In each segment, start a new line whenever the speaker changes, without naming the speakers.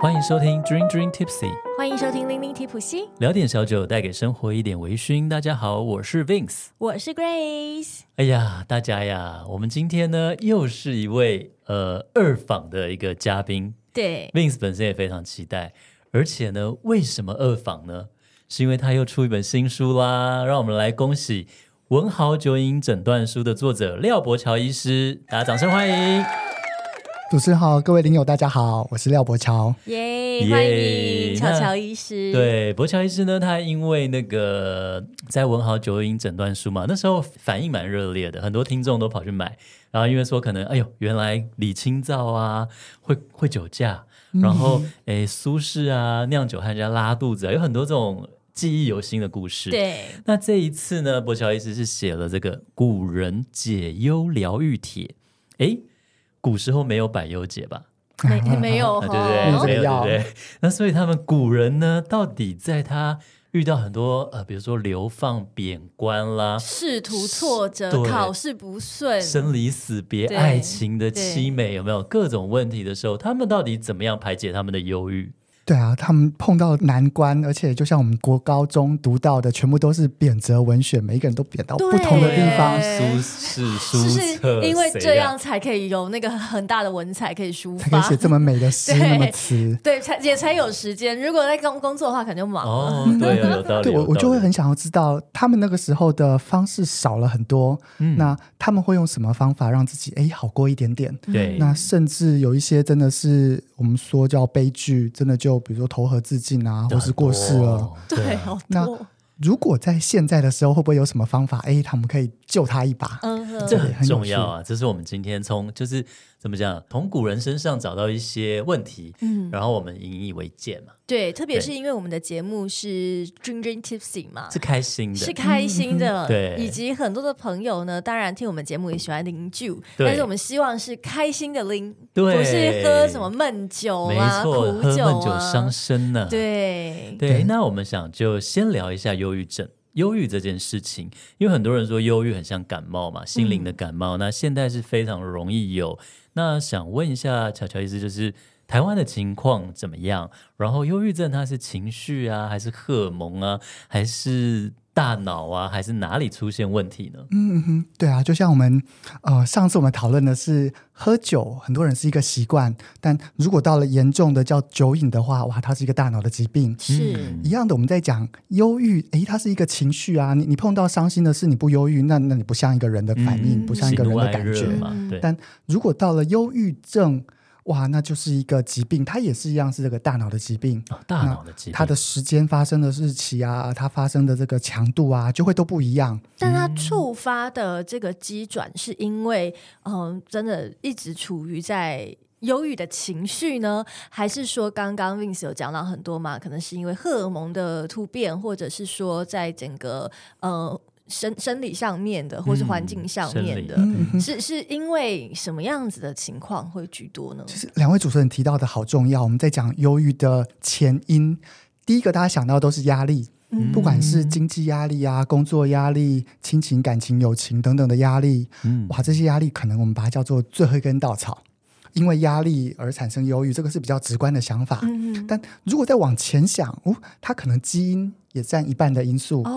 欢迎收听 Dream Dream Tipsy，
欢迎收听《零零提普西》，
聊点小酒，带给生活一点微醺。大家好，我是 Vince。
我是 Grace。
哎呀，大家呀，我们今天呢又是一位呃二访的一个嘉宾
对，
，Vince 本身也非常期待。而且呢，为什么二访呢？是因为他又出一本新书啦。让我们来恭喜《文豪酒瘾诊断书》的作者廖伯乔医师，大家掌声欢迎。
主持人好，各位林友大家好，我是廖伯乔。
耶、
耶
欢迎乔
那
乔医师。，
对，伯乔医师呢，他因为那个在文豪酒瘾诊断书嘛，那时候反应蛮热烈的，很多听众都跑去买。然后因为说可能，哎呦，原来李清照啊会会酒驾，然后诶苏轼啊酿酒害人家拉肚子啊，有很多这种记忆犹新的故事。
对，
那这一次呢，伯乔医师是写了这个古人解忧疗愈帖。诶，古时候没有百忧解吧？
没没有
啊，
哈、
对不对？
哦
没有对不
要
对？ 那所以他们古人呢，到底在他遇到很多呃，比如说流放、贬官啦、
仕途挫折
对，
考试不顺，
生离死别、
对
爱情的凄美，有没有各种问题的时候，他们到底怎么样排解他们的忧郁？
对啊，他们碰到难关，而且就像我们国高中读到的，全部都是贬谪文学，每一个人都贬到
对
不同的地方。
苏轼、苏
就
辙，
是因为
谁啊
这
呀
样才可以有那个很大的文采可以抒
才 可以
发
写。这么美的诗，
对
那么词。
对，才也才有时间。如果在工工作的话，可能就忙了。
哦，对，有道理。
对我，
有
我就
道
会
理
很想要知道他们那个时候的方式少了很多，
嗯
那他们会用什么方法让自己哎好过一点点？
对
嗯那甚至有一些真的是我们说叫悲剧，真的就比如说投河自尽啊，或是过世了。
哦
对，
啊
好
那
多。
如果在现在的时候，会不会有什么方法？哎，他们可以救他一把。
嗯哼，
这
对
很
很有
重要啊！这是我们今天从就是怎么讲，从古人身上找到一些问题，
嗯
然后我们引以为戒嘛，
对，特别
对
是因为我们的节目是 Dream Dream Tipsy 嘛，
是开心的，嗯
是开心的，
对
以及很多的朋友呢，当然听我们节目也喜欢零酒，
对
但是我们希望是开心的零，
对
不是喝什么闷酒
没
啊、
错，
苦
喝
酒
闷酒
啊，
伤身呢、
对
对
对
那我们想就先聊一下忧郁症。忧郁这件事情，因为很多人说忧郁很像感冒嘛，心灵
嗯
的感冒。那现在是非常容易有。那想问一下乔乔医师，就是台湾的情况怎么样？然后忧郁症它是情绪啊，还是荷尔蒙啊，还是大脑啊，还是哪里出现问题呢？
嗯嗯哼，对啊，就像我们呃上次我们讨论的是喝酒，很多人是一个习惯，但如果到了严重的叫酒瘾的话，哇，它是一个大脑的疾病。
是。
嗯
一样的，我们在讲忧郁，诶，它是一个情绪啊。你你碰到伤心的事，你不忧郁，那那你不像一个人的反应，
嗯
不像一个人
喜怒
的
哀
感
乐
觉。
嘛，对，
但如果到了忧郁症，哇，那就是一个疾病，它也是一样是这个大脑的疾病。
哦大脑的疾病，
它的时间发生的日期啊，它发生的这个强度啊，就会都不一样。
但它触发的这个机转，是因为嗯，真的一直处于在忧郁的情绪呢，还是说刚刚 Vince 有讲到很多嘛？可能是因为荷尔蒙的突变，或者是说在整个呃生生理上面的，或是环境上面的，
嗯
哼
是是因为什么样子的情况会居多呢？
其实两位主持人提到的好重要，我们在讲忧郁的前因，第一个大家想到都是压力，
嗯
不管是经济压力啊、工作压力、亲情、感情、友情等等的压力，
嗯
哇，这些压力可能我们把它叫做最后一根稻草，因为压力而产生忧郁，这个是比较直观的想法。
嗯
但如果再往前想，哦，它可能基因也占一半的因素。它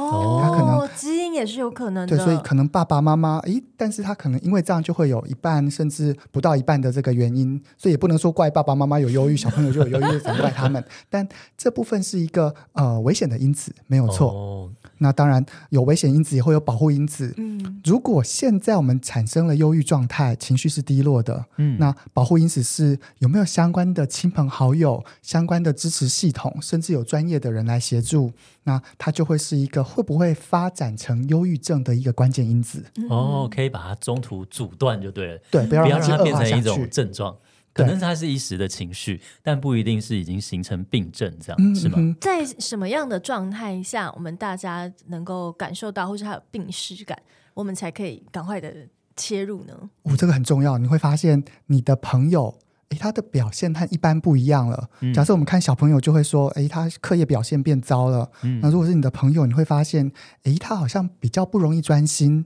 可
哦
能，
基因也是有可能的，
对，所以可能爸爸妈妈，诶，但是他可能因为这样就会有一半甚至不到一半的这个原因，所以也不能说怪爸爸妈妈有忧郁，小朋友就有忧郁，怎么怪他们？但这部分是一个呃危险的因子，没有错。
哦
那当然有危险因子，也会有保护因子。
嗯
如果现在我们产生了忧郁状态，情绪是低落的，
嗯
那保护因子是有没有相关的亲朋好友、相关的支持系统，甚至有专业的人来协助，那它就会是一个会不会发展成忧郁症的一个关键因子。
哦，可以把它中途阻断就对了，
对，嗯不要
不
让
要
它
让
去
它
恶
变
化
成
下
一种
去。
症状。可
对
能它是一时的情绪，但不一定是已经形成病症，这样、
嗯
是吗？
嗯
在什么样的状态下，我们大家能够感受到，或是还有病视感，我们才可以赶快的切入呢？
我、哦这个很重要，你会发现你的朋友。诶，他的表现和一般不一样了。假设我们看小朋友，就会说，诶，他课业表现变糟了。那如果是你的朋友，你会发现，诶，他好像比较不容易专心，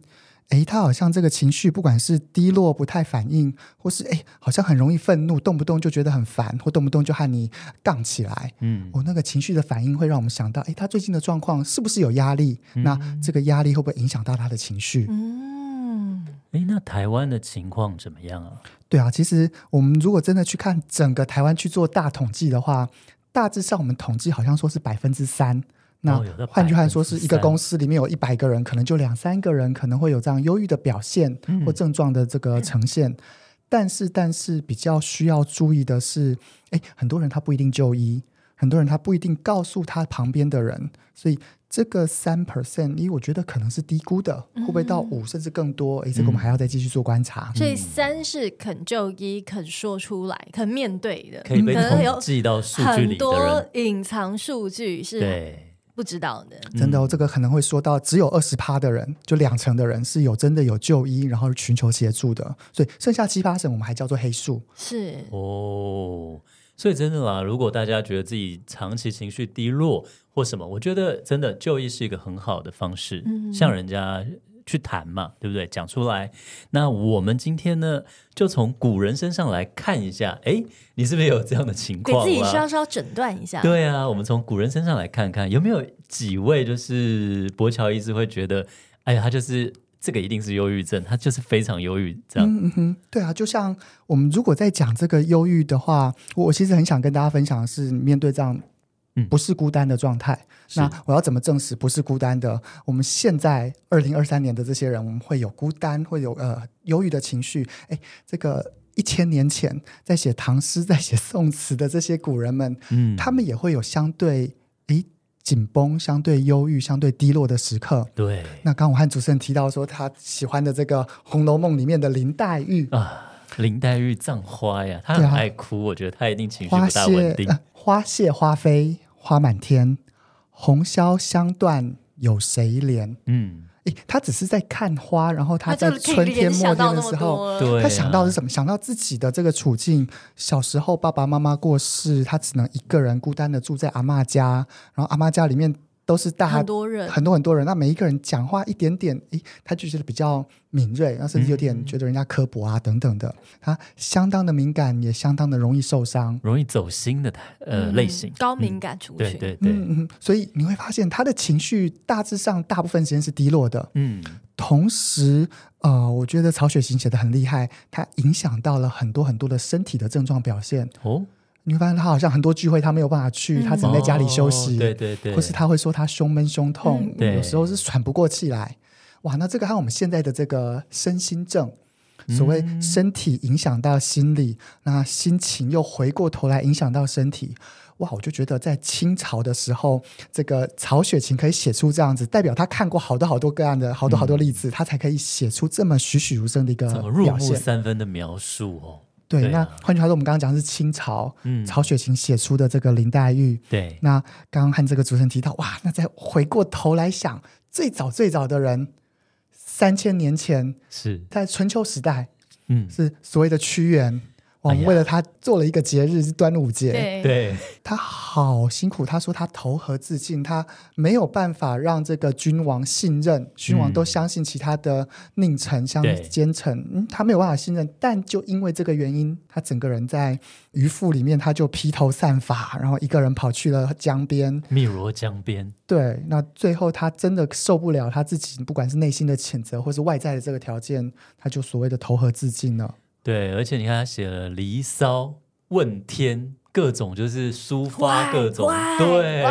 诶，他好像这个情绪，不管是低落不太反应，或是诶，好像很容易愤怒，动不动就觉得很烦，或动不动就和你杠起来。
嗯，
哦，那个情绪的反应会让我们想到，诶，他最近的状况是不是有压力？那这个压力会不会影响到他的情绪？
嗯，
诶，那台湾的情况怎么样啊？
对啊，其实我们如果真的去看整个台湾去做大统计的话，大致上我们统计好像说是百分之三。那
哦有到
换句话说，是
3%
一个公司里面有一百个人，可能就两三个人可能会有这样忧郁的表现
嗯
或症状的这个呈现。但是，但是比较需要注意的是，诶，很多人他不一定就医，很多人他不一定告诉他旁边的人，所以这个三 percent，因为我觉得可能是低估的，会不会
嗯
到五甚至更多？诶，这个我们还要再继续做观察。
所以三是肯就医、肯说出来、肯面对的，
可以被
嗯
可能有
统计到数据
很
里的
多
人，
隐藏数据是
对，
不知道的。
真
嗯
的、哦，这个可能会说到只有二十趴的人，就两成的人是有真的有就医，然后寻求协助的，所以剩下七八成我们还叫做黑数。
是，
哦，所以真的啦，如果大家觉得自己长期情绪低落或什么，我觉得真的就医是一个很好的方式，
嗯
向人家去谈嘛，对不对？讲出来。那我们今天呢，就从古人身上来看一下，哎，你是不是有这样的情
给
况
自己
啦
稍稍诊断一下。
对啊，我们从古人身上来看看，有没有几位就是博乔医师会觉得，哎呀，他就是这个一定是忧郁症，他就是非常忧郁这样。
嗯嗯哼，对啊，就像我们如果在讲这个忧郁的话，我我其实很想跟大家分享的是，面对这样
嗯
不是孤单的状态，
是
那我要怎么证实不是孤单的？我们现在二零二三年的这些人，我们会有孤单，会有呃忧郁的情绪。哎，这个一千年前在写唐诗、在写宋词的这些古人们，
嗯
他们也会有相对诶紧绷、相对忧郁、相对低落的时刻。
对
那刚刚我和主持人提到说，他喜欢的这个《红楼梦》里面的林黛玉、
啊，林黛玉葬花呀，她
对
很
啊
爱哭，我觉得她一定情绪
花
不大
谢
稳、定。
呃花谢花飞花满天，红绡香断有谁怜？
嗯，
诶，他只是在看花，然后他
他
在
就可
春
以
天
联
末
想到
天
那
的
么
时候。
多，
对、啊，
他想到的是什么？想到自己的这个处境。小时候爸爸妈妈过世，他只能一个人孤单的住在阿嬷家，然后阿嬷家里面都是大
很多人
很多很多人，那每一个人讲话一点点，诶，他就觉得比较敏锐，然后甚至
嗯
有点觉得人家刻薄啊等等的，他相当的敏感，也相当的容易受伤。
容易走心的呃、
嗯
类型，
高敏
嗯
感族
对
群。
对对，
嗯嗯，所以你会发现他的情绪大致上大部分时间是低落的。
嗯
同时，呃，我觉得曹雪芹写的很厉害，他影响到了很多很多的身体的症状表现。
哦，
你会发现他好像很多聚会他没有办法去，
嗯
他只能在家里休息。
哦对对对，
或是他会说他胸闷胸痛
嗯，
对
有时候是喘不过气来。哇，那这个和我们现在的这个身心症，所谓
嗯
身体影响到心理，那心情又回过头来影响到身体。哇，我就觉得在清朝的时候，这个曹雪芹可以写出这样子，代表他看过好多好多个案的好多好多例子，他才可以写出这么栩栩如生的一个
嗯怎么入
表
木
现。
三分的描述哦，
对，
对啊
那换句话说，我们刚刚讲的是清朝，
嗯
曹雪芹写出的这个林黛玉，
对，
那刚刚和这个主持人提到，哇，那再回过头来想，最早最早的人，三千年前
是
在春秋时代
嗯
是所谓的屈原，我
哎
们
呀
为了他做了一个节日是端午节，
对
对，
他好辛苦，他说他投河自尽，他没有办法让这个君王信任，君王
嗯
都相信其他的佞臣、相
对
奸臣，嗯，他没有办法信任。但就因为这个原因，他整个人在渔父里面，他就披头散发，然后一个人跑去了江边。
汨罗江边，
对，那最后他真的受不了他自己，不管是内心的谴责，或是外在的这个条件，他就所谓的投河自尽了。
对，而且你看他写了《离骚》《问天》，各种就是抒发各种，对，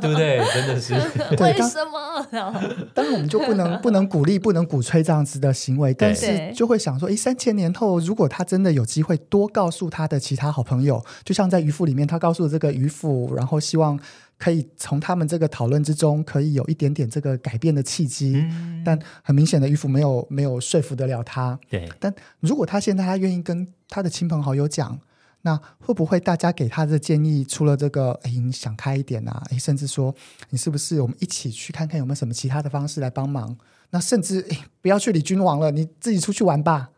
对不
对
对？真的是，
对
为
刚
什么？然后
当然，我们就不能不能鼓励、不能鼓吹这样子的行为，但是
对
就会想说，诶，三千年后，如果他真的有机会多告诉他的其他好朋友，就像在渔夫里面，他告诉这个渔夫，然后希望可以从他们这个讨论之中，可以有一点点这个改变的契机。
嗯
但很明显的，渔夫没有没有说服得了他。
对，
但如果他现在他愿意跟他的亲朋好友讲，那会不会大家给他的建议，除了这个，哎，你想开一点啊，哎，甚至说你是不是我们一起去看看有没有什么其他的方式来帮忙？那甚至哎，不要去理君王了，你自己出去玩吧。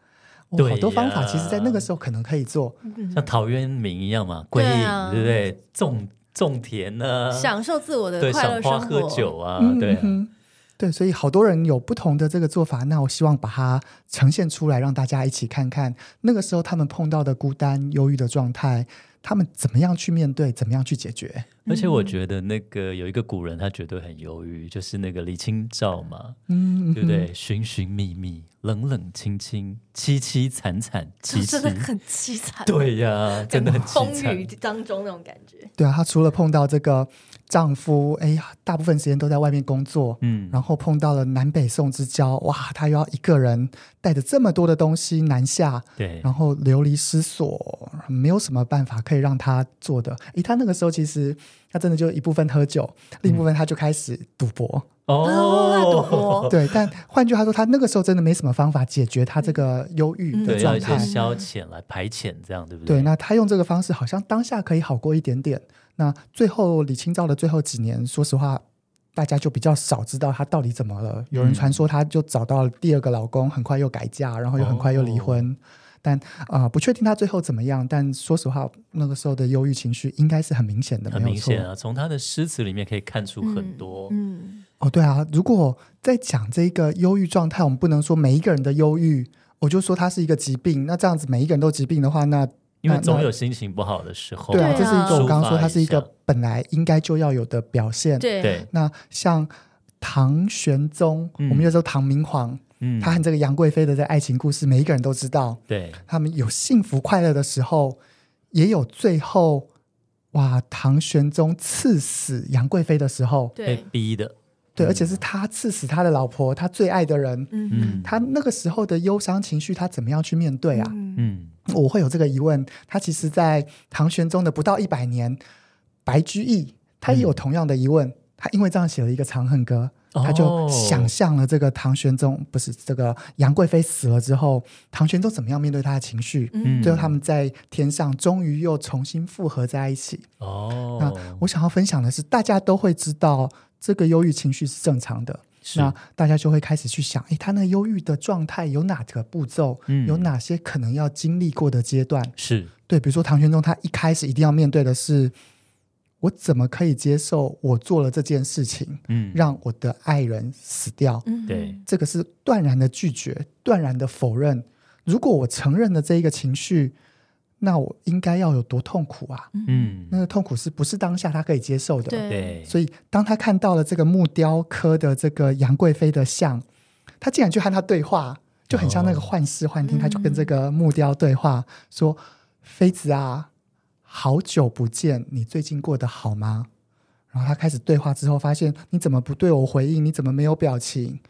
哦
对
好多方法，
呀
其实在那个时候可能可以做。嗯
像陶渊明一样嘛，归隐，
对
对,、
啊
不对？种种田呢、啊
享受自我的
呃对，
快
赏
乐
花
生
喝
活，
酒啊，
嗯
对啊
嗯对，所以好多人有不同的这个做法，那我希望把它呈现出来，让大家一起看看那个时候他们碰到的孤单、忧郁的状态，他们怎么样去面对，怎么样去解决。
而且我觉得那个有一个古人，他绝对很忧郁，就是那个李清照嘛，
嗯，
对不对？寻寻觅觅，冷冷清清，凄凄惨惨 戚
就
戚
哦真。的很凄惨，，
对呀、真的很凄
风雨
惨。
当中那种感觉。
对啊，她除了碰到这个丈夫，哎呀，大部分时间都在外面工作，
嗯，
然后碰到了南北宋之交，哇，她又要一个人带着这么多的东西南下，
对，
然后流离失所，没有什么办法可以让他做的。诶，他那个时候其实他真的就一部分喝酒，
嗯
另一部分他就开始赌博。
哦，他赌博，
对，但换句话说，他那个时候真的没什么方法解决他这个忧郁的
嗯对，要
状
一些
态。
消遣来排遣，这样对不
对，
对？
那他用这个方式好像当下可以好过一点点。那最后李清照的最后几年，说实话。大家就比较少知道他到底怎么了。有人传说他就找到了第二个老公，很快又改嫁，然后又很快又离婚。
哦
但啊、呃不确定他最后怎么样。但说实话，那个时候的忧郁情绪应该是很明显的，
很
没有
明
错。
显啊，从他的诗词里面可以看出很多。
嗯，
哦，对啊，如果在讲这个忧郁状态，我们不能说每一个人的忧郁，我就说它是一个疾病。那这样子每一个人都疾病的话，那
因为
那
总
那
有心情不好的时候嘛，
对啊，
对
这是一
啊
个我刚刚说
哦抒发
它是一
下
个本来应该就要有的表现。
对
对，
那像唐玄宗，
嗯
我们有时候唐明皇，
嗯，
他和这个杨贵妃的这个爱情故事，每一个人都知道。
对
他们有幸福快乐的时候，也有最后哇，唐玄宗刺死杨贵妃的时候，
被
对，
逼的，
对，
嗯
而且是他刺死他的老婆，他最爱的人。
嗯，
他那个时候的忧伤情绪，他怎么样去面对啊？
嗯
嗯，
我会有这个疑问。他其实，在唐玄宗的不到一百年，白居易他也有同样的疑问。他因为这样写了一个《长恨歌》，他就
哦
想象了这个唐玄宗、不是这个杨贵妃死了之后，唐玄宗怎么样面对他的情绪。
嗯
最后他们在天上终于又重新复合在一起。那
哦，
我想要分享的是，大家都会知道这个忧郁情绪是正常的，
是
那大家就会开始去想，诶，他那忧郁的状态有哪个步骤？
嗯
有哪些可能要经历过的阶段？
是
对，比如说唐玄宗，他一开始一定要面对的是，我怎么可以接受我做了这件事情，
嗯，
让我的爱人死掉？
嗯
对，
这个是断然的拒绝，断然的否认。如果我承认了这一个情绪，那我应该要有多痛苦啊？
嗯
那个痛苦是不是当下他可以接受的？
对
对，
所以当他看到了这个木雕刻的这个杨贵妃的像，他竟然去和他对话，就很像那个幻视幻听，
嗯
他就跟这个木雕对话，说：“妃子啊，好久不见，你最近过得好吗？”然后他开始对话之后，发现你怎么不对我回应？你怎么没有表情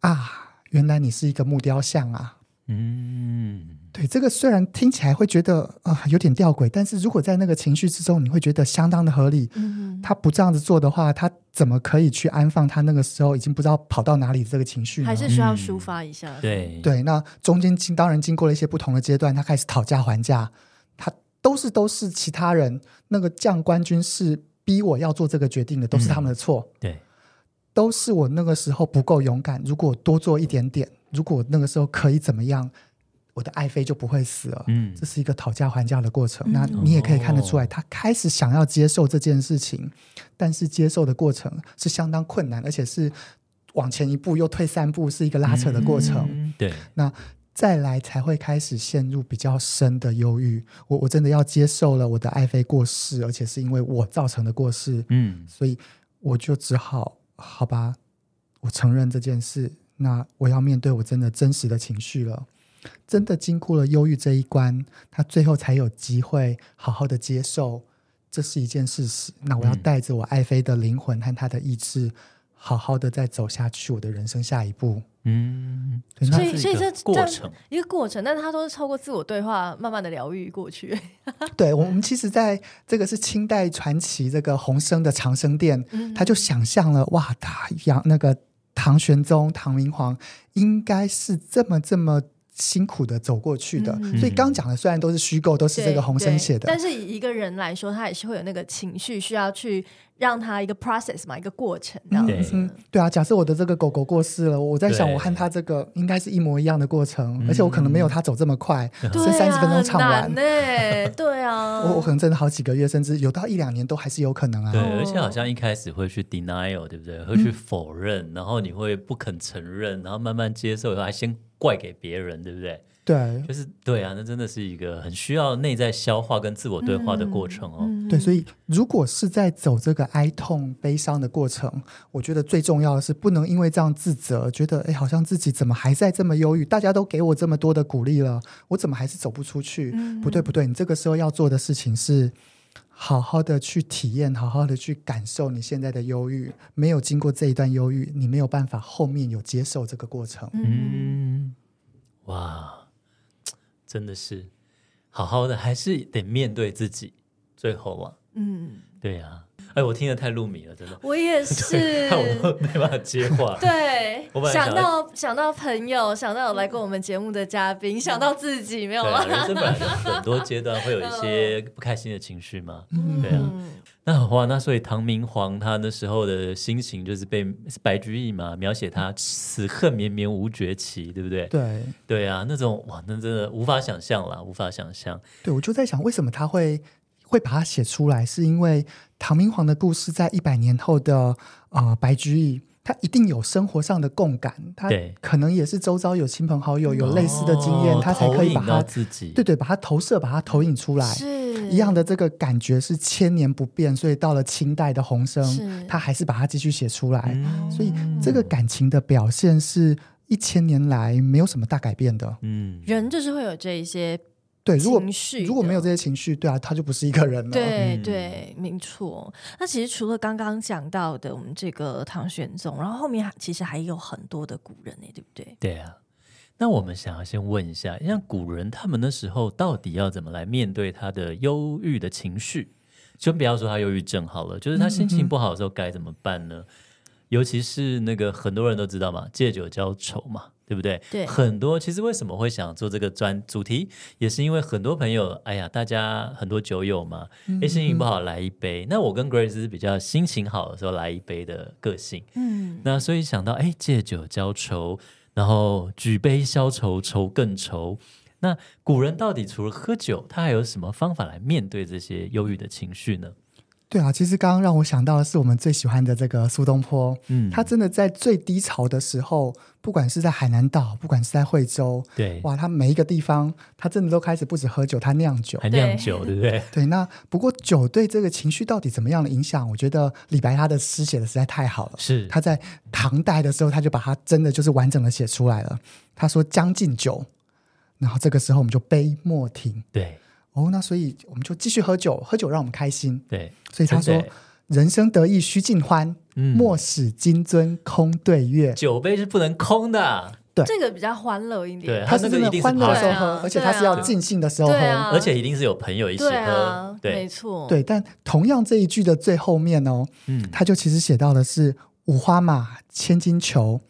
啊？原来你是一个木雕像啊！
嗯，
对，这个虽然听起来会觉得啊、有点吊诡，但是如果在那个情绪之中，你会觉得相当的合理。
嗯，
他不这样子做的话，他怎么可以去安放他那个时候已经不知道跑到哪里的这个情绪呢？
还是需要抒发一下，，
对，
嗯对，那中间经当然经过了一些不同的阶段，他开始讨价还价，他都是都是其他人那个将官军是逼我要做这个决定的，都是他们的错，
对，
都是我那个时候不够勇敢。如果我多做一点点，如果我那个时候可以怎么样，我的爱妃就不会死了。
嗯
这，是一个讨价还价的过程。
嗯
那你也可以看得出来，
哦
他开始想要接受这件事情，但是接受的过程是相当困难，而且是往前一步又退三步，是一个拉扯的过程。
嗯对，
那再来才会开始陷入比较深的忧郁。我我真的要接受了我的爱妃过世，而且是因为我造成的过世，
嗯
所以我就只好好吧，我承认这件事，那我要面对我真的真实的情绪了。真的经过了忧郁这一关，他最后才有机会好好的接受这是一件事实。那我要
嗯
带着我爱妃的灵魂和她的意志，好好的再走下去我的人生下一步。
嗯，
对
所
那
以
它是一
所以
个
这
过
样
程，
一个过程，但是他都是透过自我对话慢慢的疗愈过去，
对我们其实在这个是清代传奇这个洪生的长生殿，
嗯
他就想象了哇，他杨那个唐玄宗、唐明皇应该是这么这么辛苦的走过去的。
嗯
所以刚讲的虽然都是虚构，都是这
对
个洪生
对
写的，
但是以一个人来说，他也是会有那个情绪，需要去让他一个 process 嘛，一个过程这样子。
嗯，对啊，假设我的这个狗狗过世了，我在想
对
我和它这个应该是一模一样的过程，而且我可能没有它走这么快，嗯所
对
以三十
啊，
分钟
很
唱
难
完，
呢、对啊，
我我可能真的好几个月，甚至有到一两年都还是有可能啊
对，。
哦
而且好像一开始会去 denial，对不对？
嗯
会去否认，然后你会不肯承认，然后慢慢接受，以后还先怪给别人，对不对？
对
就是对啊，那真的是一个很需要内在消化跟自我对话的过程哦。
嗯
对，所以如果是在走这个哀痛、悲伤的过程，我觉得最重要的是不能因为这样自责，觉得哎，好像自己怎么还在这么忧郁？大家都给我这么多的鼓励了，我怎么还是走不出去？不对不对，你这个时候要做的事情是好好的去体验，好好的去感受你现在的忧郁。没有经过这一段忧郁，你没有办法后面有接受这个过程。
嗯，哇，真的是好好的，还是得面对自己。最后啊，
嗯，
对啊，哎，我听得太入迷了，真的，
我 也 是
看。我都没办法接话。
对
我本，来想
想到想到朋友，想到有来过我们节目的嘉宾，想到自己，没有
对
吗
啊，？人生本来就很多阶段会有一些不开心的情绪嘛。对啊，
嗯
那哇，那所以唐明皇他那时候的心情就是被是白居易嘛描写他此恨绵绵无绝期，对不对？
对。
对啊，那种哇，那真的无法想象啦，无法想象。
对，我就在想，为什么他会会把它写出来？是因为唐明皇的故事在一百年后的呃白居易，他一定有生活上的共感，他
对
可能也是周遭有亲朋好友有类似的经验，
哦
他才可以
投
把
影到
它
自己。
对对，把它投射，把它投影出来。
是
哎一样的这个感觉是千年不变，所以到了清代的洪
是
生，他还是把它继续写出来。
嗯
所以这个感情的表现是一千年来没有什么大改变的。
嗯，
人就是会有这一些
对，如果
情绪的，
如果没有这些情绪，对啊，他就不是一个人了。
对
嗯
对，没错。那其实除了刚刚讲到的我们这个唐玄宗，然后后面还其实还有很多的古人呢，对不对？
对啊。那我们想要先问一下，像古人他们那时候到底要怎么来面对他的忧郁的情绪？先不要说他忧郁症好了，
嗯
就是他心情不好的时候该怎么办呢？尤其是那个很多人都知道嘛，借酒浇愁嘛，对不对？
对
很多其实为什么会想做这个专主题，也是因为很多朋友，哎呀，大家很多酒友嘛，
嗯
哎，心情不好来一杯。那我跟 Grace 是比较心情好的时候来一杯的个性，
嗯，
那所以想到，哎，借酒浇愁，然后举杯消愁，愁更愁。那古人到底除了喝酒，他还有什么方法来面对这些忧郁的情绪呢？
对啊，其实刚刚让我想到的是我们最喜欢的这个苏东坡，
嗯，
他真的在最低潮的时候，不管是在海南岛，不管是在惠州，
对，
哇，他每一个地方，他真的都开始不止喝酒，他酿酒。
还酿酒，对不 对？
对，那不过酒对这个情绪到底怎么样的影响？我觉得李白他的诗写的实在太好了。
是，
他在唐代的时候，他就把它真的就是完整的写出来了。他说“将进酒”，然后这个时候我们就杯莫停。
对
哦，那所以我们就继续喝酒，喝酒让我们开心。
对，
所以他
真
说
的耶：“
人生得意须尽欢，
嗯
莫使金樽空对月。
酒杯是不能空
啊
的，
对
这个比较欢乐一点。
对
他
哎那
是
个
真
一
的
定是
欢乐的时候喝，
对啊
而且他是要尽兴的时候喝。
对啊
而且一定是有朋友一起
对啊
喝，，
没
对，
错，
对但同样这一句的最后面哦，
嗯，
他就其实写到的是“五花马，千金裘，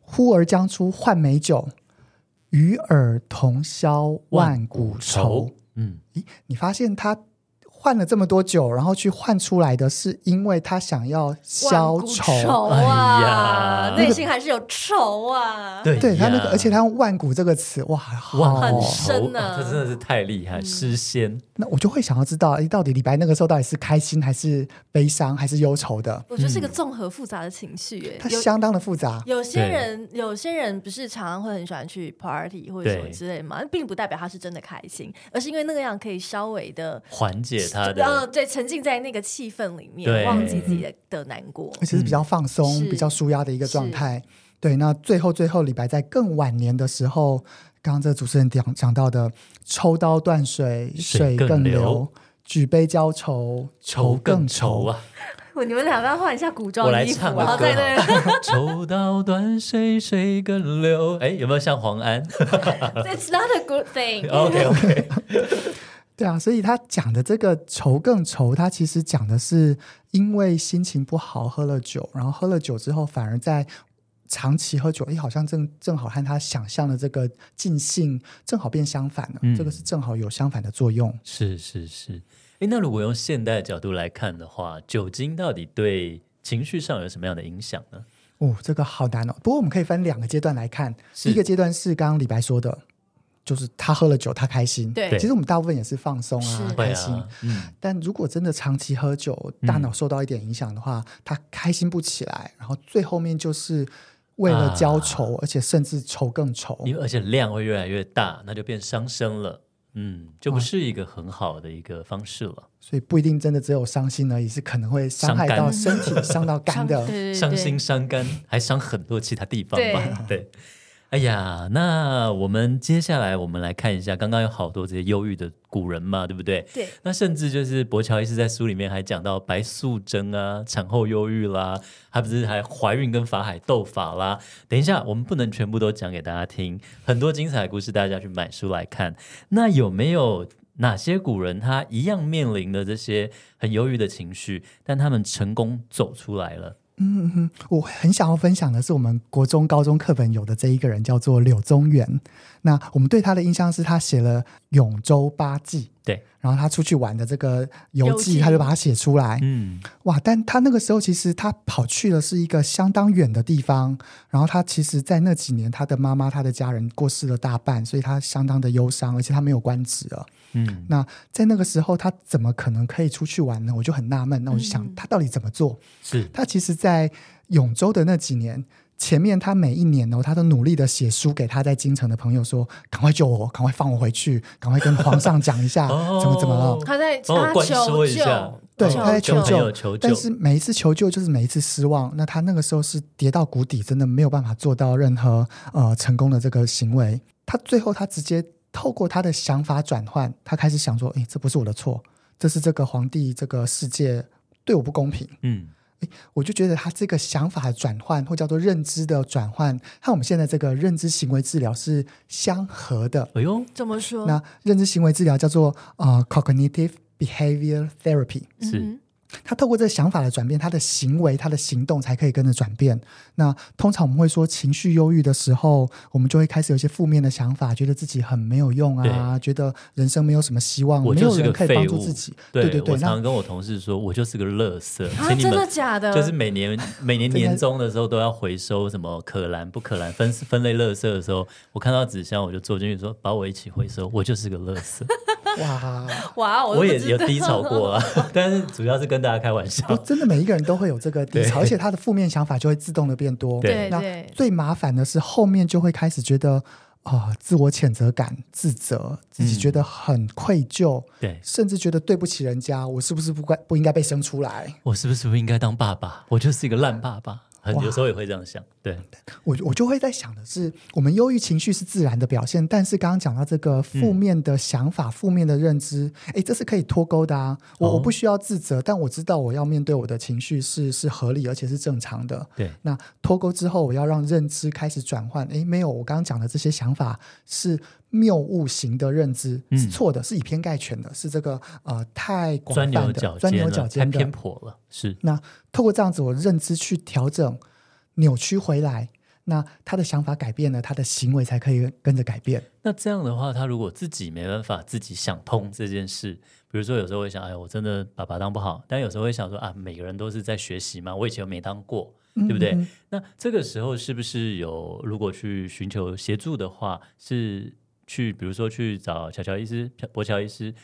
呼儿将出换美酒，与尔同销万古愁。
愁，嗯，”
你发现他换了这么多酒，然后去换出来的是因为他想要消
万古愁啊，
啊哎呀
内心还是有愁啊。
对
对他那个，
呀
而且他用“万古”这个词，哇，好
哇，
很
愁
深啊嗯
哇这真的是太厉害，诗仙，
那我就会想要知道，哎，到底李白那个时候到底是开心还是悲伤还是忧愁的？
我觉得
嗯
是一个综合复杂的情绪，
它
哎，有
相当的复杂。
有些
对
人，有些人不是常常会很喜欢去 party 或者什么
对
之类的嘛，并不代表他是真的开心，而是因为那个样可以稍微的，
缓解他
呃，
的，
对，沉浸在那个气氛里面，
对
忘记自己的的难过。
而且是比较放松、
是
比较舒压的一个状态。对，那最后最后，李白在更晚年的时候，刚刚这个主持人讲讲到的“抽刀断水，
水
水
更
更
流
流；举杯浇愁，
愁更愁
愁”。
啊。
我你们俩要换一下古装
我来
衣服，啊
唱个
然后
歌
在那
抽刀断水水更流。哎，有没有像黄安
，It's not a good thing。
？OK OK，
对啊，所以他讲的这个愁更愁，他其实讲的是因为心情不好喝了酒，然后喝了酒之后反而在长期喝酒，哎，好像正正好和他想象的这个尽兴正好变相反了。
嗯
这个是正好有相反的作用。
是是是。诶，那如果用现代的角度来看的话，酒精到底对情绪上有什么样的影响呢？
哦，这个好难哦。不过我们可以分两个阶段来看，
是
第一个阶段是刚刚李白说的，就是他喝了酒，他开心。
对
其实我们大部分也是放松啊
是，
会
开心。
啊，嗯，
但如果真的长期喝酒，
嗯
大脑受到一点影响的话，他开心不起来，然后最后面就是为了浇愁，而且甚至愁更愁。
啊因为而且量会越来越大，那就变伤身了。嗯，就不是一个很好的一个方式了。
所以不一定真的只有伤心而已，是可能会伤害
伤肝
到身体，伤到肝
上
的。
对对
伤
对
心、伤肝，还伤很多其他地方吧。 对，哎呀，那我们接下来我们来看一下，刚刚有好多这些忧郁的古人嘛，对不对？
对
那甚至就是博乔医师在书里面还讲到白素贞啊、产后忧郁啦，还不是还怀孕跟法海斗法啦。等一下，我们不能全部都讲给大家听，很多精彩的故事大家去买书来看。那有没有哪些古人他一样面临的这些很忧郁的情绪，但他们成功走出来了？
嗯嗯，我很想要分享的是我们国中、高中课本有的这一个人叫做柳宗元。那我们对他的印象是他写了《永州八记》，
对，
然后他出去玩的这个游
游
记，
记
他就把它写出来。
嗯。
哇！但他那个时候其实他跑去的是一个相当远的地方，然后他其实，在那几年，他的妈妈、他的家人过世了大半，所以他相当的忧伤，而且他没有官职了。
嗯
那在那个时候，他怎么可能可以出去玩呢？我就很纳闷。那我就想，
嗯
他到底怎么做？，
是
他其实，在永州的那几年，前面他每一年哦，他都努力的写书给他在京城的朋友说：“赶快救我，赶快放我回去，赶快跟皇上讲一下，
哦
怎么怎么了。”
他在
帮我
他
灌
求
输一下
救，
对，
求
他在
救
求
朋友
救，
求
但
救
是每一次求救就是每一次失望。那他那个时候是跌到谷底，真的没有办法做到任何呃成功的这个行为。他最后他直接透过他的想法转换，他开始想说：“诶，这不是我的错，这是这个皇帝这个世界对我不公平。”
嗯，
我就觉得他这个想法的转换，或叫做认知的转换，和我们现在这个认知行为治疗是相合的。
哎呦，
怎么说？
那认知行为治疗叫做呃 cognitive behavior therapy。
嗯
是
哼
他透过这个想法的转变，他的行为、他的行动才可以跟着转变。那通常我们会说，情绪忧郁的时候，我们就会开始有一些负面的想法，觉得自己很没有用啊，觉得人生没有什么希望，
我
啊没
就
有
是个
人可以帮
废
助
物
自己。
对
对
我
对，
常
那
常跟我同事说，我就是个乐色，
啊，
请你
真的
们
假的？
就是每年每 年
真的
年终的时候都要回收什么可燃不可燃分分类乐色的时候，我看到纸箱我就坐进去说把我一起回收，我就是个乐 色，
哇，
哇，
我
都
也
不知
有
道
低潮过 啊，但是主要是跟大家开玩笑，
不真的每一个人都会有这个低潮，
对
而且他的负面想法就会自动的变多。
对
对
那
对，
最麻烦的是后面就会开始觉得啊、自我谴责感、自责，自己
嗯
觉得很愧疚，
对
甚至觉得对不起人家，我是不是不该不应该被生出来？
我是不是不应该当爸爸？我就是一个烂爸爸，很
哇
有时候也会这样想，对，
我我就会在想的是，我们忧郁情绪是自然的表现，但是刚刚讲到这个负面的想法、负面的认知，诶，这是可以脱钩的啊。我、
哦
我不需要自责，但我知道我要面对我的情绪是是合理而且是正常的。
对，
那脱钩之后，我要让认知开始转换。诶，没有，我刚刚讲的这些想法是谬误型的认知，
嗯
是错的，是以偏概全的，是这个呃太广
钻牛
泛的
角
钻
尖
牛
了，
角
太
尖的
偏颇了，是
那透过这样子，我认知去调整、扭曲回来，那他的想法改变了，他的行为才可以跟着改变。
那这样的话，他如果自己没办法自己想通这件事，比如说有时候会想，哎，我真的把把当不好，但有时候会想说啊，每个人都是在学习嘛，我以前又没当过，对不对？
嗯
那这个时候是不是有如果去寻求协助的话，是去比如说去找乔乔医师、乔博乔医师，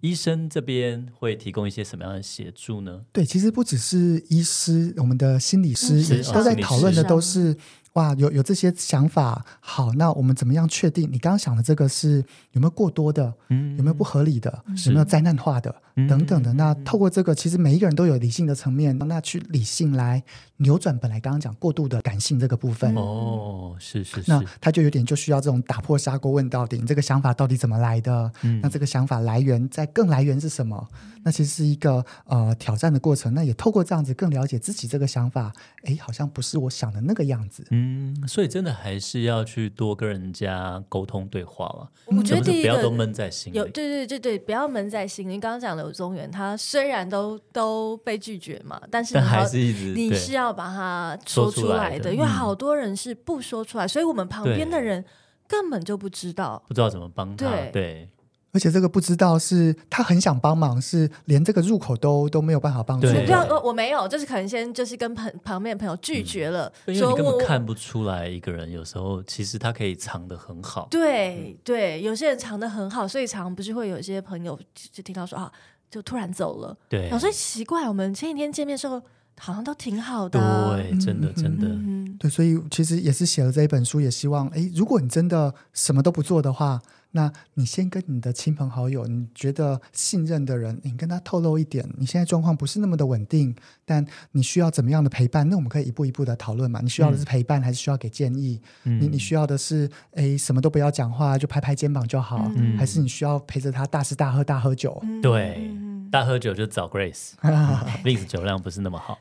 医生这边会提供一些什么样的协助呢？
对，其实不只是医师，我们的心理师
嗯是
也都在讨论的都是。哇，有有这些想法，好，那我们怎么样确定你刚刚想的这个是有没有过多的，
嗯
有没有不合理的，
是
有没有灾难化的、
嗯
等等的？那透过这个，其实每一个人都有理性的层面，那去理性来扭转本来刚刚讲过度的感性这个部
嗯
分。
哦，是是是
那，他就有点就需要这种打破砂锅问到底，你这个想法到底怎么来的？
嗯
那这个想法来源在更来源是什么？那其实是一个呃挑战的过程。那也透过这样子更了解自己这个想法，诶，好像不是我想的那个样子。
嗯，所以真的还是要去多跟人家沟通对话了。
我
什
觉得
么事
第一
不要
个
都闷在心里
有。对对对对，不要闷在心里。刚刚讲柳宗元，他虽然都都被拒绝嘛，但 是
但
你要
还是一直
你
对
是要把它
说
说
出
出
来
来
的
的，因为
嗯
好多人是不说出来，所以我们旁
对
边的人根本就不知道。
不知道怎么帮他。
对
对
而且这个不知道是他很想帮忙，是连这个入口都都没有办法帮助
对
我
到。
不要，我我没有，就是可能先就是跟朋旁边的朋友拒绝了，
嗯因为
说
你根
我
本看不出来一个人，有时候其实他可以藏得很好。嗯
对对，有些人藏的很好，所以常不是会有一些朋友就就听到说啊，就突然走了，
对啊
然后所以奇怪，我们前几天见面的时候好像都挺好的啊、
对，真的真的，
嗯，
对，所以其实也是写了这一本书，也希望诶，如果你真的什么都不做的话，那你先跟你的亲朋好友，你觉得信任的人，你跟他透露一点，你现在状况不是那么的稳定，但你需要怎么样的陪伴？那我们可以一步一步的讨论嘛。你需要的是陪伴，还是需要给建议？
嗯
你你需要的是诶，什么都不要讲话，就拍拍肩膀就好，
嗯
还是你需要陪着他大吃大喝大喝酒？
嗯
对
嗯嗯
大喝酒就找 Grace，Vince 酒量不是那么 好，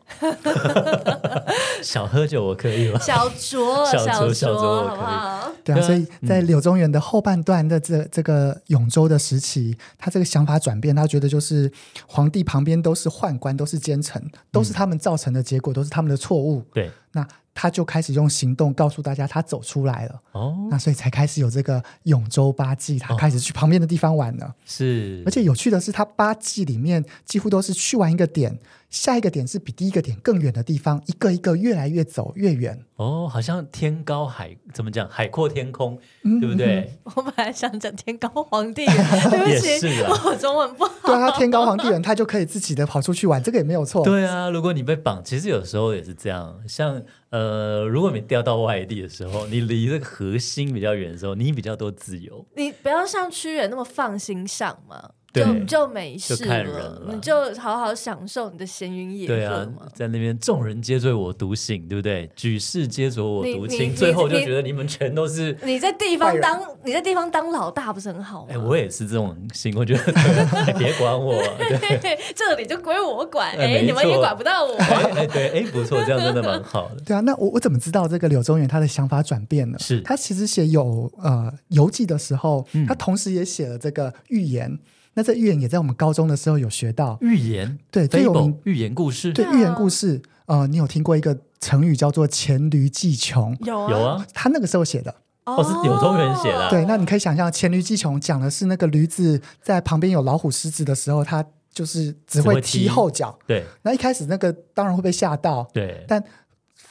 小喝酒我可以吗？
小酌
小酌
酌，
小酌我
好
可
不
以
好？
对啊，
对啊
所以在柳宗元的后半段的这这个永州的时期，他这个想法转变，他觉得就是皇帝旁边都是宦官，都是奸臣，都是他们造成的结果，都是他们的错误。
对，
那他就开始用行动告诉大家，他走出来了。
哦，
那所以才开始有这个永州八记，他
哦
开始去旁边的地方玩了。
是，
而且有趣的是，他八季里面几乎都是去完一个点，下一个点是比第一个点更远的地方，一个一个越来越走越远。
哦，好像天高海怎么讲，海阔天空，
嗯
对不对？
我本来想讲天高皇 帝远，对
也
不起
是，啊
我中文不好。
对啊，天高皇帝远，他就可以自己的跑出去玩，这个也没有错。
对啊，如果你被绑，其实有时候也是这样。像呃，如果你调到外地的时候，你离这个核心比较远的时候，你比较多自由。
你不要像屈原那么放心上嘛，
对
就就没事
就看人了
你就好好享受你的闲云野
对
鹤
啊
嘛。，
在那边众人皆醉我独醒，对不对？举世皆浊我
你
独
你
清，
你
最后
你
就觉得你们全都是
你在地
坏
方
人
当你在地方当老大不是很好吗？
哎、我也是这种心，我觉得哎别管我，对，
嘿嘿， 这里就归我管，
哎
哎，
没
你们也
错
管不到我。
哎、哎对，哎、不错，这样真的蛮好的。
对啊，那我我怎么知道这个柳宗元他的想法转变呢？
是嗯
他其实写有呃游记的时候，他同时也写了这个寓言。那这寓言也在我们高中的时候有学到，
寓言，
对最有
fable，
名
寓言故事，
对
对啊
寓言故事，呃，你有听过一个成语叫做“黔驴技穷
有
有，啊，”，
他那个时候写的。
哦
是柳宗元写的啊
对，那你可以想象，黔驴技穷讲的是那个驴子在旁边有老虎、狮子的时候，他就是只
只
会
会踢
踢后脚。
对
那一开始那个当然会被吓到，
对
但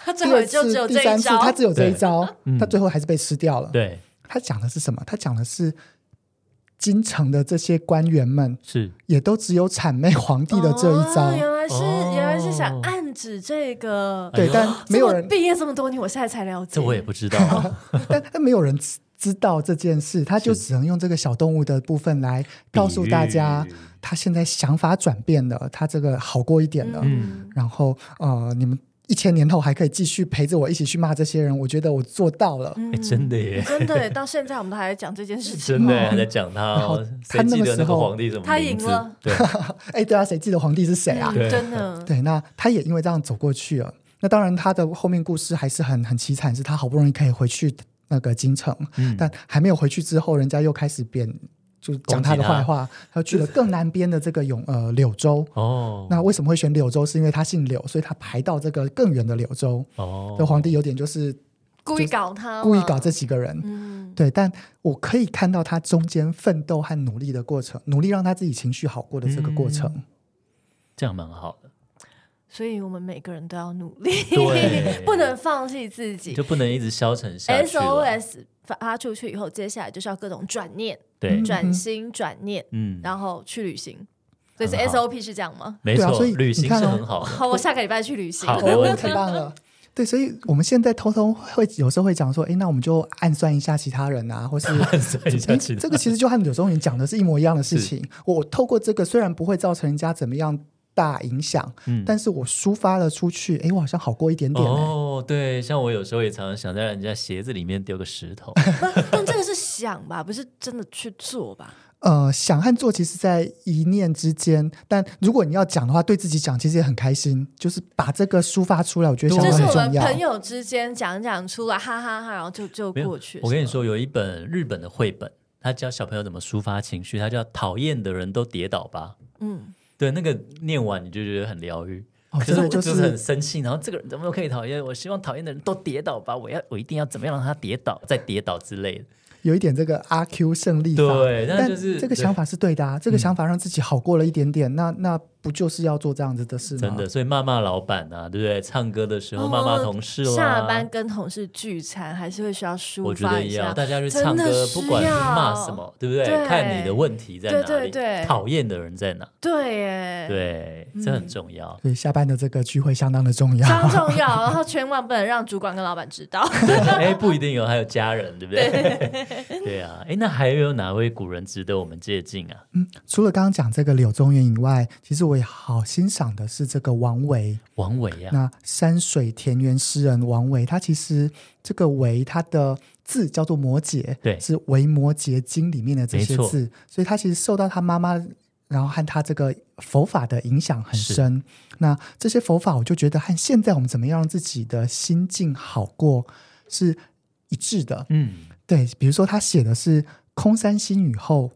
他最
第
后
二
就
次
只有、
第
这
三
一
次，
招
他。只有这一
对
招
嗯，
他最后还是被吃掉了。
对，
他讲的是什么？他讲的是京城的这些官员们
是
也都只有谄媚皇帝的这一招，
哦原来是、
哦
原来是想暗指这个。哦
哎
对，
呦
但没有
这么
人，
毕业这么多年，我现在才了解。
这我也不知道，啊
但但没有人知知道这件事，他就是只能用这个小动物的部分来告诉大家
比，喻
他现在想法转变了，他这个好过一点了，
嗯
嗯，
然后呃，你们。一千年后还可以继续陪着我一起去骂这些人，我觉得我做到
嗯
了。
哎、真的耶，
真的耶，到现在我们都还在讲这件事情。嗯
真的耶还在讲他
然后
哦，谁
他那
记
个
得
时
那个
候
皇帝什么
他
名
赢
字
了？
对，
哎，对啊，谁记得皇帝是谁啊？
对
嗯、真的，
对，那他也因为这样走过去了。那当然，他的后面故事还是很很凄惨，是他好不容易可以回去那个京城，
嗯
但还没有回去之后，人家又开始贬，就是讲他的坏话，他去了更南边的这个永呃柳州。
哦
那为什么会选柳州？是因为他姓柳，所以他排到这个更远的柳州。这、
哦，
皇帝有点就是
故意搞他，
故意搞这。几个人，
嗯，
对，但我可以看到他中间奋斗和努力的过程，努力让他自己情绪好过的这个过程。
这样蛮好的，
所以我们每个人都要努力，
对
不能放弃自己
就。不能一直消沉下去了，
SOS 发出去以后，接下来就是要各种转念、
嗯
对，
转心、转念，
嗯，
然后去旅行。所以这
很好
SOP 是这样吗？
没
对啊
错，
所以
旅
你
行
看
是
哦
很好的，
好，我下个礼拜去旅行。
好没问
哦，
题
太棒了。对，所以我们现在偷偷会有时候会讲说，哎，那我们就暗算一下其他人 啊，或是
暗算一下
诶
其他
这个其实就和柳宗元讲的是一模一样的事
是
情。我透过这个虽然不会造成人家怎么样大影响，
嗯
但是我抒发了出去，哎，我好像好过一点点、诶
哦，对，像我有时候也常常想在人家鞋子里面丢个石头，
但这个是想吧，不是真的去做吧？
呃，想和做其实在一念之间，但如果你要讲的话，对自己讲其实也很开心，就是把这个抒发出来，我觉得
对
相
就
当
是
哦很
我们
重要。
朋友之间讲讲出来，哈哈哈，然后就就
没有
过去。
我跟你
是吗，
说，有一本日本的绘本，它教小朋友怎么抒发情绪，它叫《讨厌的人都跌倒吧》。
嗯，
对，那个念完你就觉得很疗愈。
哦，
可
真
是
的
我
就
就是很
是
生气，然后这个人怎么都可以讨厌，我希望讨厌的人都跌倒吧，我要我一定要怎么样让他跌倒，再跌倒之类的。
有一点这个阿 Q 胜利法。
对，嗯那
但
就是
这个想
法
法是对的啊，这个想法让自己好过了一点点，那那不就是要做这样子的事吗？
真的，所以骂骂老板啊，对不对？唱歌的时候骂骂
哦
同事
下
啦，
班跟同事聚餐还是会需要
我
抒
觉
发
得
一
要
下。
大家去
真
唱
的
歌，
需
不管是骂
要
什么，对不对？
对
看你的问题在哪
对
里，
对对
讨厌的人在哪，
对嗯耶，
对，这很重要。
所以下班的这个聚会相当的重要
非。常重要。然后千万不能让主管跟老板知道。
对哎，不一定有，还有家人，对不对？ 对啊，哎，那还有哪位古人值得我们借鉴啊？
除了刚刚讲这个柳宗元以外，其实我也好欣赏的是这个王维。
王维啊呀，
那山水田园诗人王维，他其实这个“维”他的字叫做摩诘，
对
是《维摩诘经》里面的这些
没错
字，所以他其实受到他妈妈，然后和他这个佛法的影响很深。那这些佛法，我就觉得和现在我们怎么样让自己的心境好过是一致的。
嗯
对，比如说他写的是“空山新雨后，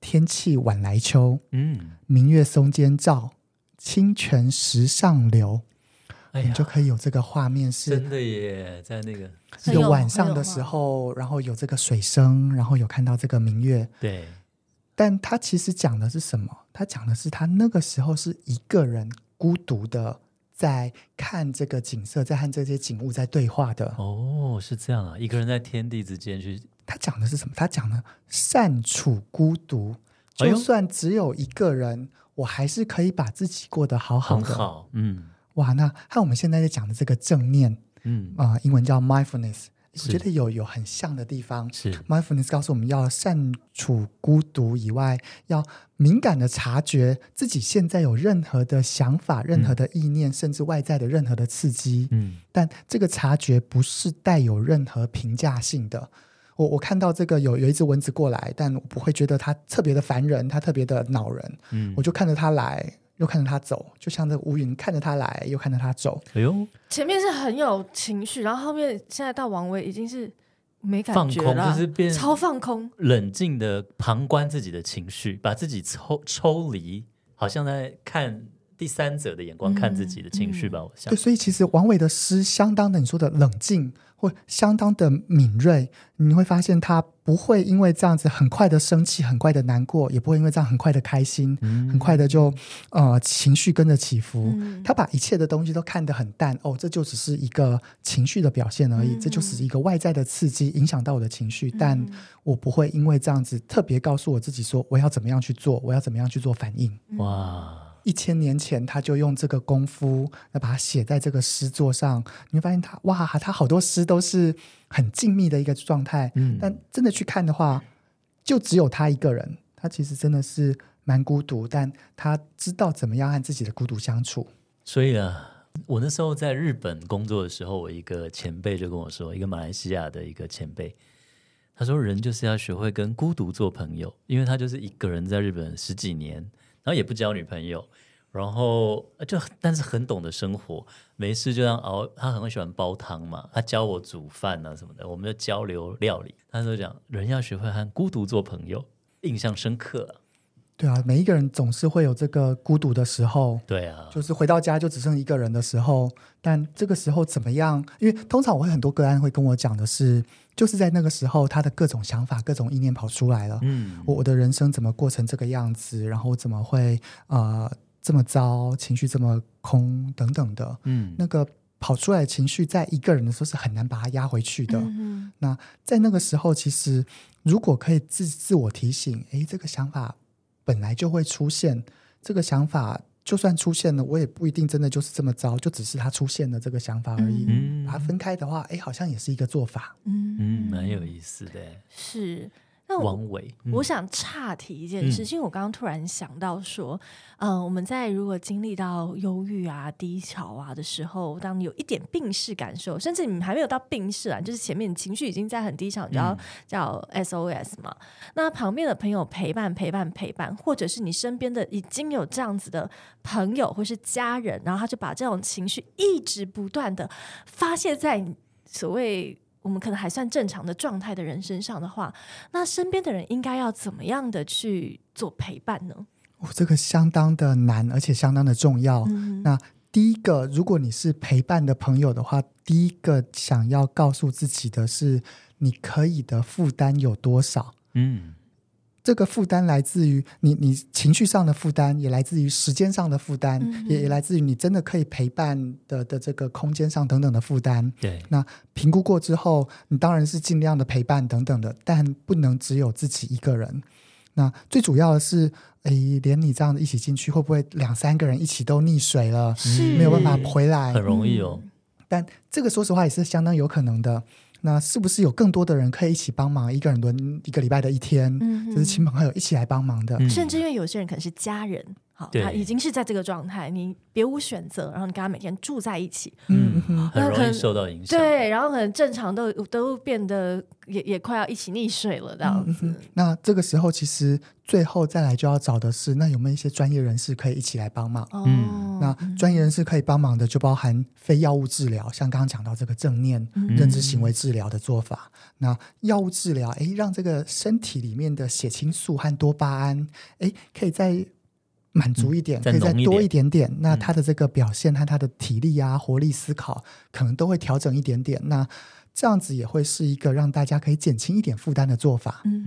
天气晚来秋，
嗯，
明月松间照，清泉石上流”。
哎
你
呀
就，可以有这个画面是
真的耶，在那个
很
有
有
晚
很
上
有
的
画
时
面
候，然后有这个水声，然后有看到这个明月。
对，
但他其实讲的是什么？他讲的是他那个时候是一个人孤独的在看这个景色，在和这些景物在对话的。
哦，是这样啊，一个人在天地之间去，
他讲的是什么？他讲的善处孤独，
哎呦
就算只有一个人，我还是可以把自己过得好好
很
的。
好，嗯
哇，那和我们现在在讲的这个正念
嗯，
啊、呃英文叫 mindfulness，我
是
觉得有有很像的地方。
是
mindfulness 告诉我们要善处孤独以外，要敏感的察觉自己现在有任何的想法、任何的意念，甚至外在的任何的刺激。
嗯，
但这个察觉不是带有任何评价性的。我我看到这个有有一只蚊子过来，但我不会觉得它特别的烦人，它特别的恼人。
嗯
我就看着它来，又看着它走，就像这个乌云看着它来，又看着它走。
哎呦，
前面是很有情绪，然后后面现在到王威已经是没感
放
觉
空
了，
就是变
超放空。
冷静的旁观自己的情绪，把自己抽抽离，好像在看第三者的眼光看自己的情绪吧。我想
对，，所以其实王伟的诗相当的你说的冷静，或相当的敏锐，你会发现他不会因为这样子很快的生气，很快的难过，也不会因为这样很快的开心，很快的就呃情绪跟着起伏。
嗯
他把一切的东西都看得很淡，哦，这就只是一个情绪的表现而已，
嗯
这就是一个外在的刺激影响到我的情绪，但
嗯
我不会因为这样子特别告诉我自己说我要怎么样去做，我要怎么样去做反应。
哇，
一千年前他就用这个功夫，那把它写在这个诗作上，你会发现他哇，他好多诗都是很静谧的一个状态。
嗯
但真的去看的话，就只有他一个人，他其实真的是蛮孤独，但他知道怎么样和自己的孤独相处。
所以啊，我那时候在日本工作的时候，我一个前辈就跟我说，一个马来西亚的一个前辈，他说人就是要学会跟孤独做朋友，因为他就是一个人在日本十几年，然后也不交女朋友，然后呃就但是很懂得生活，没事就让熬，他很喜欢煲汤嘛，他教我煮饭啊什么的，我们就交流料理。他就讲人要学会和孤独做朋友，印象深刻、啊。
对啊，每一个人总是会有这个孤独的时候。
对啊，
就是回到家就只剩一个人的时候，但这个时候怎么样？因为通常我会很多个案会跟我讲的是，就是在那个时候他的各种想法、各种意念跑出来了，
嗯，
我我的人生怎么过成这个样子，然后我怎么会呃这么糟，情绪这么空等等的，
嗯
那个跑出来的情绪，在一个人的时候是很难把它压回去的。
嗯
那在那个时候，其实如果可以自自我提醒，诶，这个想法本来就会出现，这个想法就算出现了，我也不一定真的就是这么糟，就只是它出现了这个想法而已。
嗯
把它分开的话，诶，好像也是一个做法。
嗯
嗯，蛮有意思的。
是。那我
王维，嗯
我想岔题一件事，因为我刚刚突然想到说，嗯、我们在如果经历到忧郁啊、低潮啊的时候，当你有一点病逝感受，甚至你们还没有到病逝啊，就是前面你情绪已经在很低潮，你就要、叫 SOS 嘛。那旁边的朋友陪伴、陪伴、陪伴，或者是你身边的已经有这样子的朋友或是家人，然后他就把这种情绪一直不断的发泄在你所谓。我们可能还算正常的状态的人身上的话，那身边的人应该要怎么样的去做陪伴呢？
哦，这个相当的难，而且相当的重要。
嗯，
那第一个，如果你是陪伴的朋友的话，第一个想要告诉自己的是，你可以的负担有多少？
嗯
这个负担来自于你，你情绪上的负担，也来自于时间上的负担，
嗯哼
也也来自于你真的可以陪伴的的这个空间上等等的负担。
对，
那评估过之后，你当然是尽量的陪伴等等的，但不能只有自己一个人。那最主要的是，诶，连你这样子一起进去，会不会两三个人一起都溺水了，
是
没有办法回来？
很容易哦。
但这个说实话也是相当有可能的。那是不是有更多的人可以一起帮忙？一个人轮一个礼拜的一天，
嗯
就是亲朋好友一起来帮忙的。
嗯
甚至因为有些人可能是家人，好，
对
他已经是在这个状态，你别无选择，然后你跟他每天住在一起，
嗯
嗯嗯，
很
那可
容易
能
受到影响。
对，然后可能正常都都变得也也快要一起溺水了这样子，
那这个时候其实最后再来就要找的是，那有没有一些专业人士可以一起来帮忙？
哦，
嗯
那专业人士可以帮忙的，就包含非药物治疗，像刚刚讲到这个正念、认知行为治疗的做法。那药物治疗，诶，让这个身体里面的血清素和多巴胺，诶，可以再满足一点，
嗯再
可以再
浓一
多
点嗯
一点点。那他的这个表现和他的体力啊、活力、思考，可能都会调整一点点。那这样子也会是一个让大家可以减轻一点负担的做法。
嗯嗯，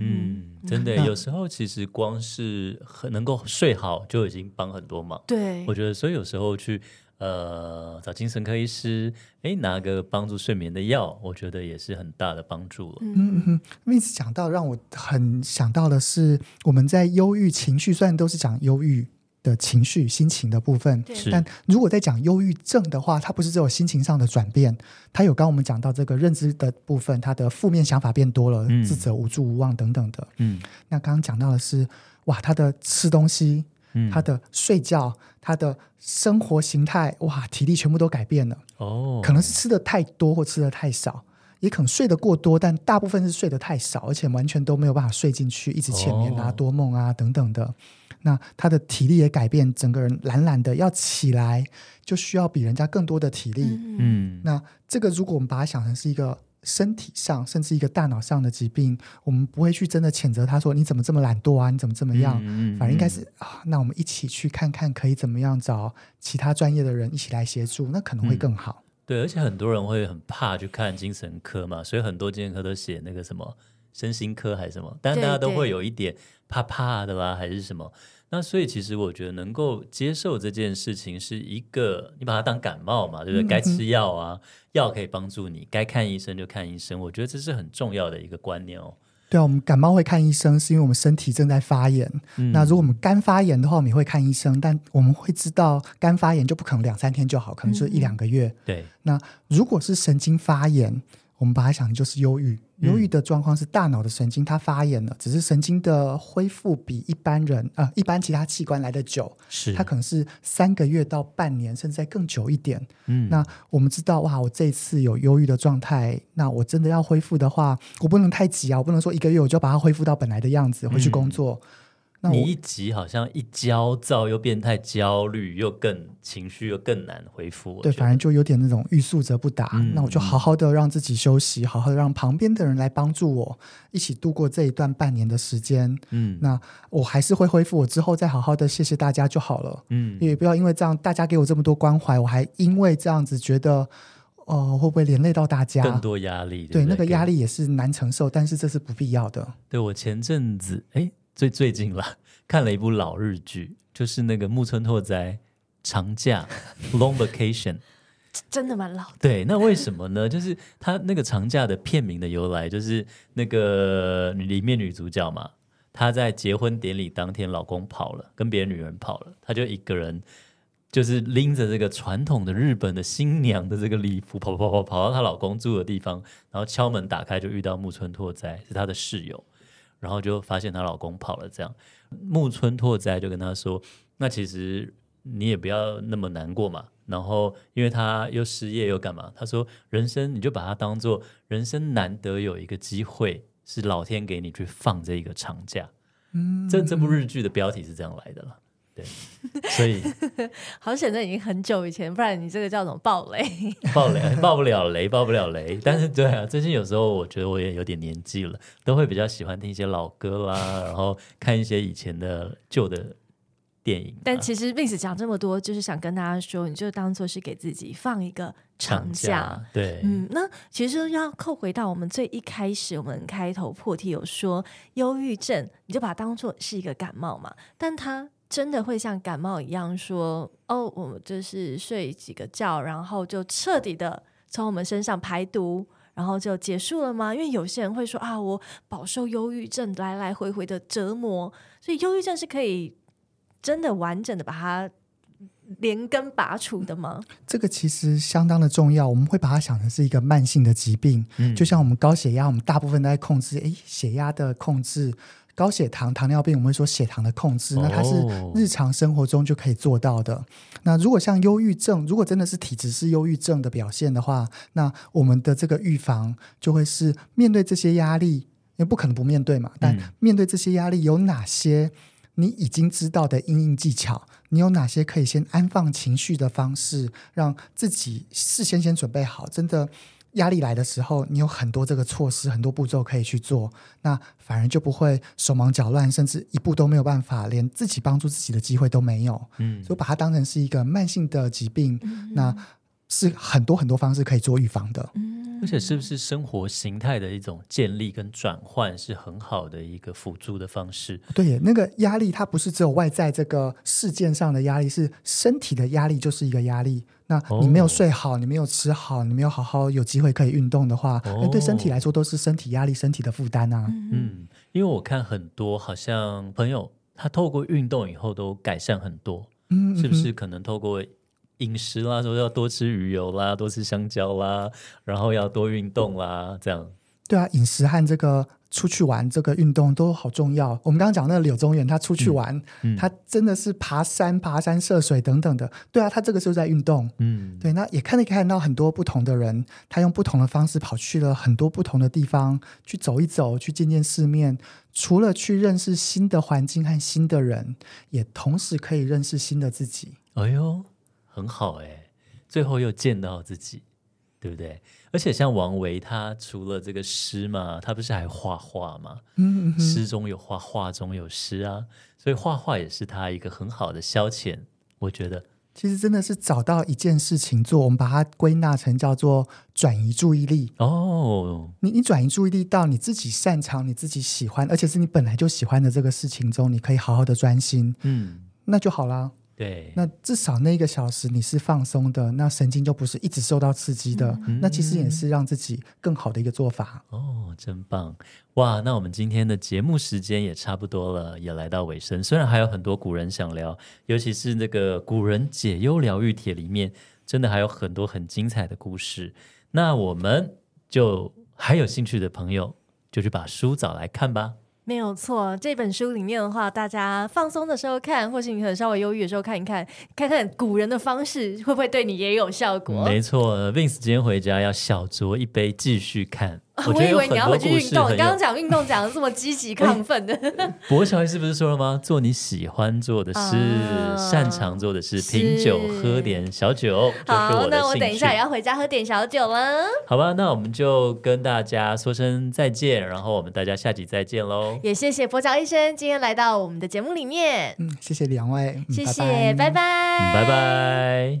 嗯，真的，
那
有时候其实光是很能够睡好就已经帮很多忙。
对
我，觉得，所以有时候去呃找精神科医师，哎，拿个帮助睡眠的药，我觉得也是很大的帮助了。
嗯
嗯哼，Vince 讲到让我很想到的是，我们在忧郁情绪，虽然都是讲忧郁的情绪、心情的部分，
对
是
但如果在讲忧郁症的话，它不是只有心情上的转变，它有刚刚我们讲到这个认知的部分，它的负面想法变多了，
嗯
自责、无助、无望等等的。
嗯
那刚刚讲到的是，哇，他的吃东西、
嗯，
他的睡觉、他的生活形态，哇，体力全部都改变了。
哦，
可能是吃的太多或吃的太少，也可能睡得过多，但大部分是睡得太少，而且完全都没有办法睡进去，一直浅眠啊、
哦
多梦啊等等的。那他的体力也改变，整个人懒懒的，要起来就需要比人家更多的体力。
嗯
嗯
那这个如果我们把它想成是一个身体上甚至一个大脑上的疾病，我们不会去真的谴责他说你怎么这么懒惰啊，你怎么这么样，
嗯
反正应该是啊，那我们一起去看看可以怎么样找其他专业的人一起来协助，那可能会
嗯
更好。
对，而且很多人会很怕去看精神科嘛，所以很多精神科都写那个什么身心科还是什么，但
对
大家都
对
会有一点怕怕的啦，还是什么。那所以其实我觉得能够接受这件事情是一个，你把它当感冒嘛，对不
嗯
对？该吃药啊，药可以帮助你，该看医生就看医生，我觉得这是很重要的一个观念哦。
对啊，我们感冒会看医生，是因为我们身体正在发炎。
嗯
那如果我们肝发炎的话，我们也会看医生，但我们会知道肝发炎就不可能两三天就好，可能就是一两个月。
对，
那如果是神经发炎，我们把它想的就是忧郁。
嗯
忧郁的状况是大脑的神经它发炎了，只是神经的恢复比一般人呃一般其他器官来的久，
是
它可能是三个月到半年，甚至再更久一点。
嗯
那我们知道，哇，我这一次有忧郁的状态，那我真的要恢复的话，我不能太急啊，我不能说一个月我就要把它恢复到本来的样子，回去工作。那
嗯你
我
一急好像一焦躁又变太焦虑，又更情绪又更难恢复。我
对，
觉得
反正就有点那种欲速则不达。
嗯
那我就好好的让自己休息，好好的让旁边的人来帮助我，一起度过这一段半年的时间。
嗯
那我还是会恢复，我之后再好好的谢谢大家就好了。
嗯
也不要因为这样，大家给我这么多关怀，我还因为这样子觉得，呃，会不会连累到大家？
更多压力，
对，
不
那个
更
压力也是难承受，但是这是不必要的。
对我前阵子哎，最最近啦，看了一部老日剧，就是那个木村拓哉长假 （Long Vacation）。
真的蛮老的，
对，那为什么呢？ 就是他那个长假的片名的由来，就是那个里面女主角嘛，她在结婚典礼当天，老公跑了，跟别的女人跑了，她就一个人。就是拎着这个传统的日本的新娘的这个礼服，跑跑跑跑跑到她老公住的地方，然后敲门打开就遇到木村拓哉，是她的室友。然后就发现她老公跑了。这样，木村拓哉就跟她说：“那其实你也不要那么难过嘛。”然后，因为她又失业又干嘛？她说：“人生你就把它当做人生难得有一个机会，是老天给你去放这一个长假。”嗯，这这部日剧的标题是这样来的了。对，所以
好险，这已经很久以前，不然你这个叫什么暴雷？
爆雷爆不了雷，爆不了雷。但是对啊，最近有时候我觉得我也有点年纪了，都会比较喜欢听一些老歌啦，然后看一些以前的旧的电影啊、
但其实 Vince 讲这么多，就是想跟大家说，你就当做是给自己放一个长
长
假。
对，
嗯，那其实要扣回到我们最一开始，我们开头破题有说，忧郁症你就把它当做是一个感冒嘛，但它真的会像感冒一样说，哦，我们就是睡几个觉，然后就彻底的从我们身上排毒。然后就结束了吗？因为有些人会说啊，我饱受忧郁症来来回回的折磨，所以忧郁症是可以真的完整的把它连根拔除的吗？
这个其实相当的重要，我们会把它想成是一个慢性的疾病，
嗯
就像我们高血压，我们大部分都在控制，诶，血压的控制，高血糖、糖尿病，我们会说血糖的控制，那它是
哦
日常生活中就可以做到的。那如果像忧郁症，如果真的是体质是忧郁症的表现的话，那我们的这个预防就会是面对这些压力，也不可能不面对嘛，但
嗯
面对这些压力有哪些？你已经知道的应应技巧，你有哪些可以先安放情绪的方式，让自己事先先准备好？真的压力来的时候，你有很多这个措施，很多步骤可以去做，那反而就不会手忙脚乱，甚至一步都没有办法，连自己帮助自己的机会都没有。
嗯
所以把它当成是一个慢性的疾病，那是很多很多方式可以做预防的。
而且是不是生活形态的一种建立跟转换是很好的一个辅助的方式？
对耶，那个压力它不是只有外在这个事件上的压力，是身体的压力就是一个压力。那
哦
你没有睡好，你没有吃好，你没有好好有机会可以运动的话，
哦
那对身体来说都是身体压力、身体的负担啊。
嗯，因为我看很多好像朋友他透过运动以后都改善很多，
嗯，
是不是可能透过饮食啦，说要多吃鱼油啦，多吃香蕉啦，然后要多运动啦，这样
对啊，饮食和这个出去玩、这个运动都好重要。我们刚刚讲那个柳宗元，他出去玩，
嗯嗯
他真的是爬山、爬山涉水等等的。对啊，他这个就是在运动。
嗯，
对，那也看得看到很多不同的人，他用不同的方式跑去了很多不同的地方，去走一走，去见见世面。除了去认识新的环境和新的人，也同时可以认识新的自己。
哎呦，很好哎、最后又见到自己，对不对？而且像王维，他除了这个诗嘛，他不是还画画吗？
嗯，嗯嗯
诗中有画，画中有诗啊，所以画画也是他一个很好的消遣，我觉得。
其实真的是找到一件事情做，我们把它归纳成叫做转移注意力。
哦，
你你转移注意力到你自己擅长、你自己喜欢，而且是你本来就喜欢的这个事情中，你可以好好的专心，
嗯，
那就好啦。
对，
那至少那一个小时你是放松的，那神经就不是一直受到刺激的。那其实也是让自己更好的一个做法。
哦，真棒哇！那我们今天的节目时间也差不多了，也来到尾声。虽然还有很多古人想聊，尤其是那个《古人解忧疗愈帖》里面，真的还有很多很精彩的故事。那我们就还有兴趣的朋友，就去把书找来看吧。
没有错，这本书里面的话，大家放松的时候看，或是你可能稍微忧郁的时候看一看，看看古人的方式会不会对你也有效果。
没错，Vince 今天回家要小酌一杯，继续看。
我
觉得
以
有
为
很
你要
多
回去
故
运
事
动，
很有
你刚刚讲运动讲的这么积极亢奋的，
博小 S 不是说了吗？做你喜欢做的事，
啊
擅长做的事，
是
品酒喝点小酒，这是
好，
我的
那我
兴
等一
趣
下。也要回家喝点小酒了，
好吧，那我们就跟大家说声再见，然后我们大家下集再见喽，
也谢谢博角医生今天来到我们的节目里面，
嗯，谢谢两位，嗯
谢谢，拜
嗯
拜，
拜。拜。